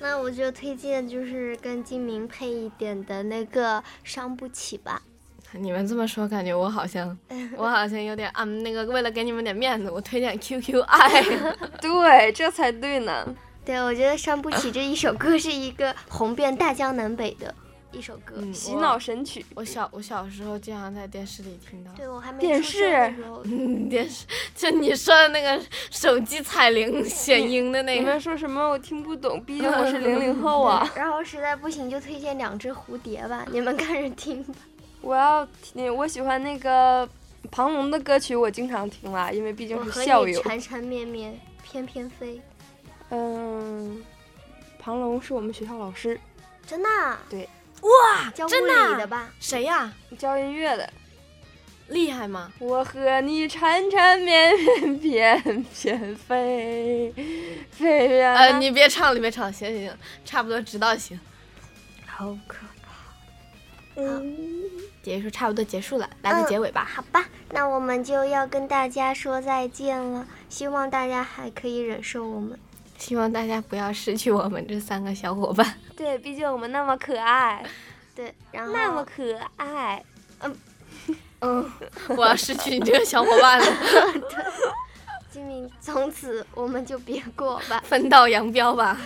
Speaker 1: 那我就推荐就是跟金明配一点的那个伤不起吧。
Speaker 3: *laughs* 你们这么说，感觉我好 *laughs* 像我好像有点啊，那个为了给你们点面子，我推荐 *laughs* QQI。
Speaker 2: 对，这才对呢。
Speaker 1: 对，我觉得伤不起这一首歌是一个红遍大江南北的一首歌。
Speaker 3: 嗯
Speaker 2: 洗脑神曲，
Speaker 3: 我小我小时候经常在电视里听到，
Speaker 1: 对我还没
Speaker 2: 电
Speaker 1: 出生的
Speaker 2: 视
Speaker 1: 时候
Speaker 3: 嗯 *laughs* 电视就你说的那个手机彩铃显音的那
Speaker 2: 你
Speaker 3: 个，
Speaker 2: 们说什么我听不懂，毕竟我是零零
Speaker 1: *laughs*
Speaker 2: 后 *laughs* 啊。
Speaker 1: 然后实在不行就推荐两只蝴蝶吧，你们看着
Speaker 2: *laughs*
Speaker 1: 听吧。
Speaker 2: 我要听，我喜欢那个庞龙的歌曲，我经常听啦，因为毕
Speaker 1: 我
Speaker 2: 竟是
Speaker 1: 和
Speaker 2: 校
Speaker 1: 你
Speaker 2: 友。
Speaker 1: 缠缠绵绵，翩翩
Speaker 2: *laughs*
Speaker 1: 飞。
Speaker 2: 嗯，庞龙是我们学校老师，
Speaker 1: 真的啊？
Speaker 2: 对。
Speaker 1: 哇，教物
Speaker 3: 真的啊
Speaker 1: 理的吧？
Speaker 3: 谁呀、
Speaker 2: 教音乐的。
Speaker 3: 厉害吗？
Speaker 2: 我和你缠缠绵绵， *laughs* 翩翩飞，飞远
Speaker 3: 呃，
Speaker 2: 了
Speaker 3: 你别唱了，你别唱了，行行行，差不多知道行。
Speaker 1: 好可
Speaker 2: 嗯
Speaker 3: 结束，差不多结束了，来
Speaker 1: 嗯
Speaker 3: 个结尾吧。
Speaker 1: 好吧，那我们就要跟大家说再见了，希望大家还可以忍受我们。
Speaker 3: 希望大家不要失去我们这三个小伙伴。 *laughs*
Speaker 2: 对，毕竟我们那么可爱，
Speaker 1: 对，然后
Speaker 2: 那么可爱。
Speaker 3: 嗯，我要失去你这个小伙伴了，
Speaker 1: 金明，从此我们就别过吧，
Speaker 3: 分道扬镳吧。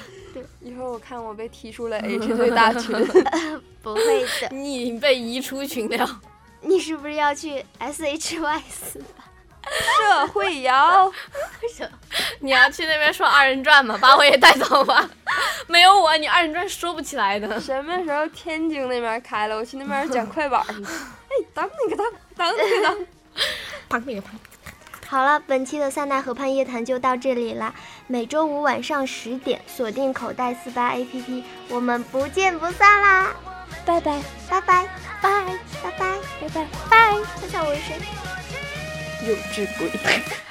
Speaker 2: 一会儿我看我被踢出了 H 队大群，
Speaker 1: 不会的。
Speaker 3: 你被移出群聊。
Speaker 1: 你是不是要去 S H Y 四吧？
Speaker 2: 社会摇。
Speaker 3: 你要去那边说二人转嘛，把我也带走吧。 *laughs* 没有我，你二人转说不起来的。
Speaker 2: 什么时候天津那边开了？我去那边讲快板去。哎，当那个当，当那个当。
Speaker 3: 砰那个砰。
Speaker 1: *laughs* 好了，本期的塞纳河畔夜谈就到这里啦。每周五晚上十点，锁定口袋四八 APP，我们不见不散啦！拜拜，拜拜，拜拜，拜拜，拜拜，拜，大家我是谁？
Speaker 2: 幼稚鬼。